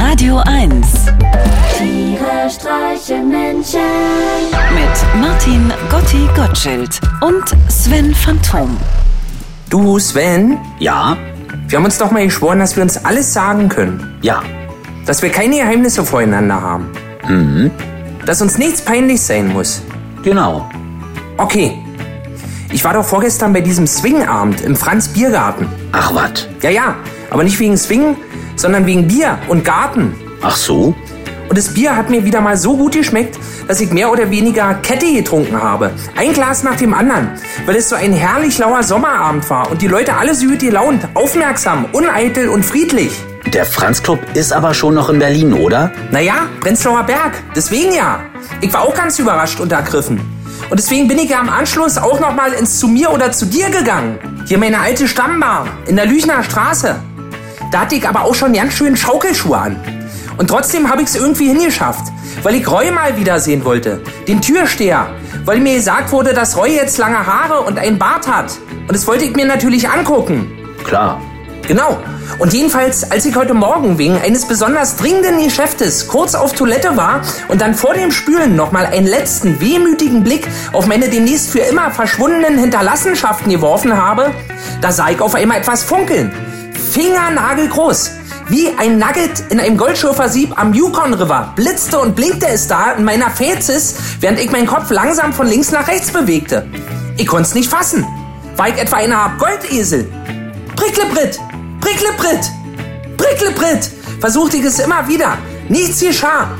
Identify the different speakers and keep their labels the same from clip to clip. Speaker 1: Radio 1
Speaker 2: Tiere streichen Menschen.
Speaker 1: mit Martin Gotti Gottschild und Sven Phantom.
Speaker 3: Du, Sven,
Speaker 4: Ja,
Speaker 3: wir haben uns doch mal geschworen, dass wir uns alles sagen können.
Speaker 4: ja,
Speaker 3: Dass wir keine Geheimnisse voreinander haben. Mhm. Dass uns nichts peinlich sein muss.
Speaker 4: genau.
Speaker 3: Okay. Ich war doch vorgestern bei diesem Swingabend im Franz Biergarten.
Speaker 4: Ach wat.
Speaker 3: Ja, ja, aber nicht wegen Swing, sondern wegen Bier und Garten.
Speaker 4: Ach so?
Speaker 3: Und das Bier hat mir wieder mal so gut geschmeckt, dass ich mehr oder weniger Kette getrunken habe. Ein Glas nach dem anderen. Weil es so ein herrlich lauer Sommerabend war und die Leute alle süd gelaunt, aufmerksam, uneitel und friedlich.
Speaker 4: Der Franz Club ist aber schon noch in Berlin, oder?
Speaker 3: Naja, Prenzlauer Berg. Deswegen ja. Ich war auch ganz überrascht und ergriffen. Und deswegen bin ich ja im Anschluss auch nochmal ins zu mir oder zu dir gegangen. Hier meine alte Stammbar in der Lüchner Straße. Da hatte ich aber auch schon ganz schön Schaukelschuhe an. Und trotzdem habe ich es irgendwie hingeschafft, weil ich Roy mal wiedersehen wollte. Den Türsteher. Weil mir gesagt wurde, dass Roy jetzt lange Haare und einen Bart hat. Und das wollte ich mir natürlich angucken.
Speaker 4: Klar.
Speaker 3: Genau. Und jedenfalls, als ich heute Morgen wegen eines besonders dringenden Geschäftes kurz auf Toilette war und dann vor dem Spülen nochmal einen letzten wehmütigen Blick auf meine demnächst für immer verschwundenen Hinterlassenschaften geworfen habe, da sah ich auf einmal etwas funkeln. Fingernagelgroß. Wie ein Nugget in einem Goldschürfersieb am Yukon River blitzte und blinkte es da in meiner Fäzis, während ich meinen Kopf langsam von links nach rechts bewegte. Ich konnte es nicht fassen. War ich etwa eine Art Goldesel? Pricklebritt! Pricklebritt! Pricklebritt! Versuchte ich es immer wieder. Nichts geschah.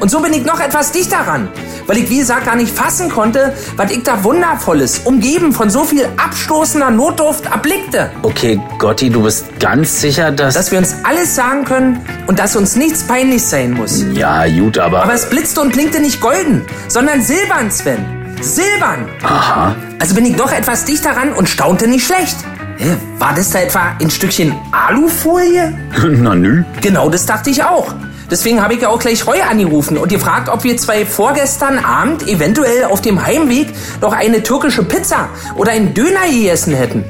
Speaker 3: Und so bin ich noch etwas dichter ran, weil ich wie gesagt gar nicht fassen konnte, was ich da Wundervolles, umgeben von so viel abstoßender Notdurft, erblickte.
Speaker 4: Okay, Gotti, du bist ganz sicher, dass...
Speaker 3: Dass wir uns alles sagen können und dass uns nichts peinlich sein muss.
Speaker 4: ja, gut, aber...
Speaker 3: Aber es blitzte und blinkte nicht golden, sondern silbern, Sven. Silbern!
Speaker 4: Aha.
Speaker 3: Also bin ich doch etwas dichter ran und staunte nicht schlecht. Hä, War das da etwa ein Stückchen Alufolie?
Speaker 4: Na nü.
Speaker 3: Genau das dachte ich auch. Deswegen habe ich ja auch gleich Roy angerufen und gefragt, ob wir zwei vorgestern Abend eventuell auf dem Heimweg noch eine türkische Pizza oder einen Döner gegessen hätten.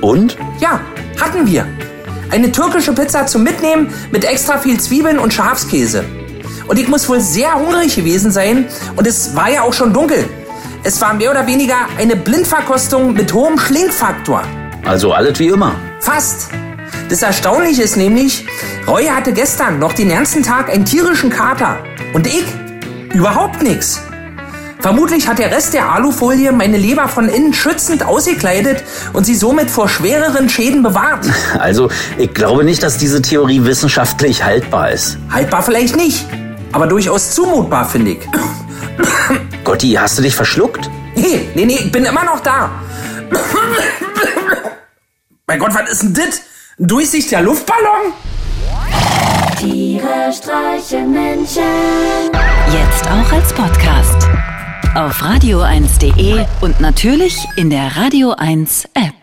Speaker 4: Und?
Speaker 3: Ja, hatten wir. Eine türkische Pizza zum Mitnehmen mit extra viel Zwiebeln und Schafskäse. Und ich muss wohl sehr hungrig gewesen sein und es war ja auch schon dunkel. Es war mehr oder weniger eine Blindverkostung mit hohem Schlingfaktor.
Speaker 4: Also alles wie immer.
Speaker 3: Fast. Das Erstaunliche ist nämlich, Roy hatte gestern noch den ganzen Tag einen tierischen Kater. Und ich? Überhaupt nichts. Vermutlich hat der Rest der Alufolie meine Leber von innen schützend ausgekleidet und sie somit vor schwereren Schäden bewahrt.
Speaker 4: Also, ich glaube nicht, dass diese Theorie wissenschaftlich haltbar ist.
Speaker 3: Haltbar vielleicht nicht, aber durchaus zumutbar, finde ich.
Speaker 4: Gotti, hast du dich verschluckt?
Speaker 3: Nee, nee, nee, ich bin immer noch da. mein Gott, was ist denn das? Ein durchsichtiger Luftballon?
Speaker 2: Tiere streichen Menschen.
Speaker 1: Jetzt auch als Podcast. Auf radio1.de und natürlich in der Radio 1 App.